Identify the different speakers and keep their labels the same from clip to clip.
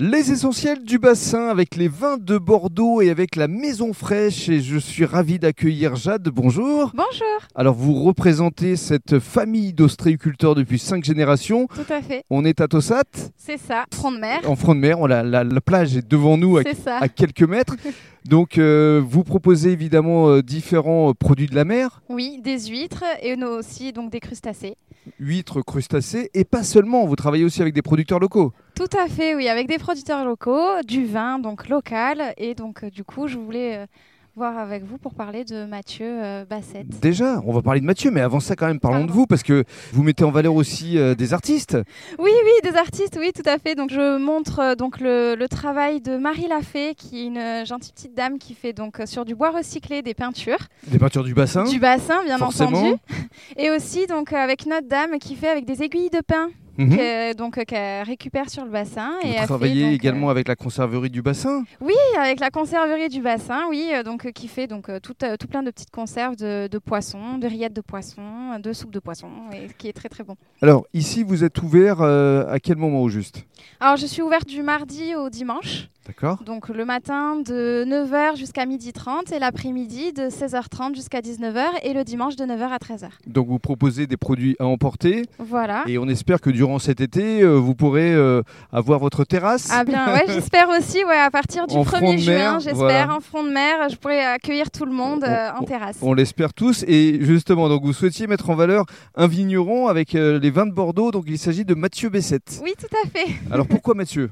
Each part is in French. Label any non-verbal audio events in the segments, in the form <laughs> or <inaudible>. Speaker 1: Les essentiels du bassin avec les vins de Bordeaux et avec la Maison Fraîche. Et je suis ravi d'accueillir Jade. Bonjour.
Speaker 2: Bonjour,
Speaker 1: Alors, vous représentez cette famille d'ostréiculteurs depuis cinq générations.
Speaker 2: tout à fait.
Speaker 1: On est à Tossat,
Speaker 2: C'est ça, front de mer.
Speaker 1: en front de mer. On a- la, la plage est devant nous à,
Speaker 2: C'est ça,
Speaker 1: à quelques
Speaker 2: <laughs>
Speaker 1: mètres. Donc, euh, vous proposez évidemment euh, différents euh, produits de la mer,
Speaker 2: oui, des huîtres et nous aussi donc des crustacés.
Speaker 1: huîtres, crustacés, et pas seulement. Vous travaillez aussi avec des producteurs locaux.
Speaker 2: Tout à fait, oui, avec des producteurs locaux, du vin donc local et donc euh, du coup je voulais euh, voir avec vous pour parler de Mathieu euh, Bassette.
Speaker 1: Déjà, on va parler de Mathieu, mais avant ça, quand même, parlons de
Speaker 2: Pardon.
Speaker 1: vous parce que vous mettez en valeur aussi euh, des artistes.
Speaker 2: Oui, oui, des artistes, oui, tout à fait. Donc je montre euh, donc le, le travail de Marie Lafay, qui est une euh, gentille petite dame qui fait donc euh, sur du bois recyclé des peintures,
Speaker 1: Des peintures du bassin.
Speaker 2: du bassin bien
Speaker 1: Hein forcément.
Speaker 2: entendu, <laughs> et aussi donc euh, avec notre dame qui fait avec des aiguilles de pin.
Speaker 1: Mhm.
Speaker 2: que- donc euh, qu'elle récupère sur le bassin et
Speaker 1: Vous
Speaker 2: elle fait,
Speaker 1: travaillez
Speaker 2: donc, euh,
Speaker 1: également avec la conserverie du bassin.
Speaker 2: oui, avec la conserverie du bassin oui euh, donc euh, qui fait donc euh, tout, euh, tout plein de petites conserves de, de poissons de rillettes de poissons euh, de soupe de poissons et ce qui est très très bon
Speaker 1: Alors ici, vous êtes ouvert euh, à quel moment au juste
Speaker 2: alors je suis ouverte du mardi au dimanche
Speaker 1: D'accord
Speaker 2: donc le matin de 9h jusqu'à 12h30 et l'après-midi de 16h30 jusqu'à 19h et le dimanche de 9h à 13h
Speaker 1: Donc vous proposez des produits à emporter <laughs>
Speaker 2: voilà
Speaker 1: et on espère que durant cet été, euh, vous pourrez euh, avoir votre terrasse.
Speaker 2: Ah bien, ouais, j'espère aussi, ouais, à partir du
Speaker 1: En front
Speaker 2: 1er
Speaker 1: de
Speaker 2: juin,
Speaker 1: mer,
Speaker 2: j'espère,
Speaker 1: voilà.
Speaker 2: en front de mer, je pourrais accueillir tout le monde
Speaker 1: On-
Speaker 2: euh, en terrasse.
Speaker 1: On l'espère tous. Et justement, donc vous souhaitiez mettre en valeur un vigneron avec euh, les vins de Bordeaux. Donc il s'agit de Mathieu Bessette.
Speaker 2: Oui, tout à fait.
Speaker 1: Alors pourquoi Mathieu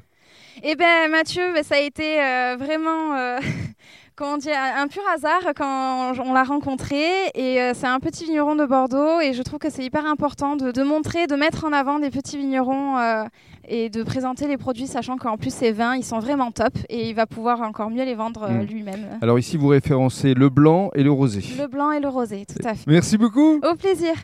Speaker 2: Eh ben Mathieu, ben, ça a été euh, vraiment euh, <laughs> comment dire un pur hasard quand on l'a rencontré et euh, c'est un petit vigneron de Bordeaux et je trouve que c'est hyper important de, de montrer, de mettre en avant des petits vignerons euh, et de présenter les produits sachant qu'en plus ces vins ils sont vraiment top et il va pouvoir encore mieux les vendre euh,
Speaker 1: Mm.
Speaker 2: lui-même.
Speaker 1: Alors ici, vous référencez le blanc et le rosé.
Speaker 2: Le blanc et le rosé, tout à fait.
Speaker 1: Merci beaucoup.
Speaker 2: Au plaisir.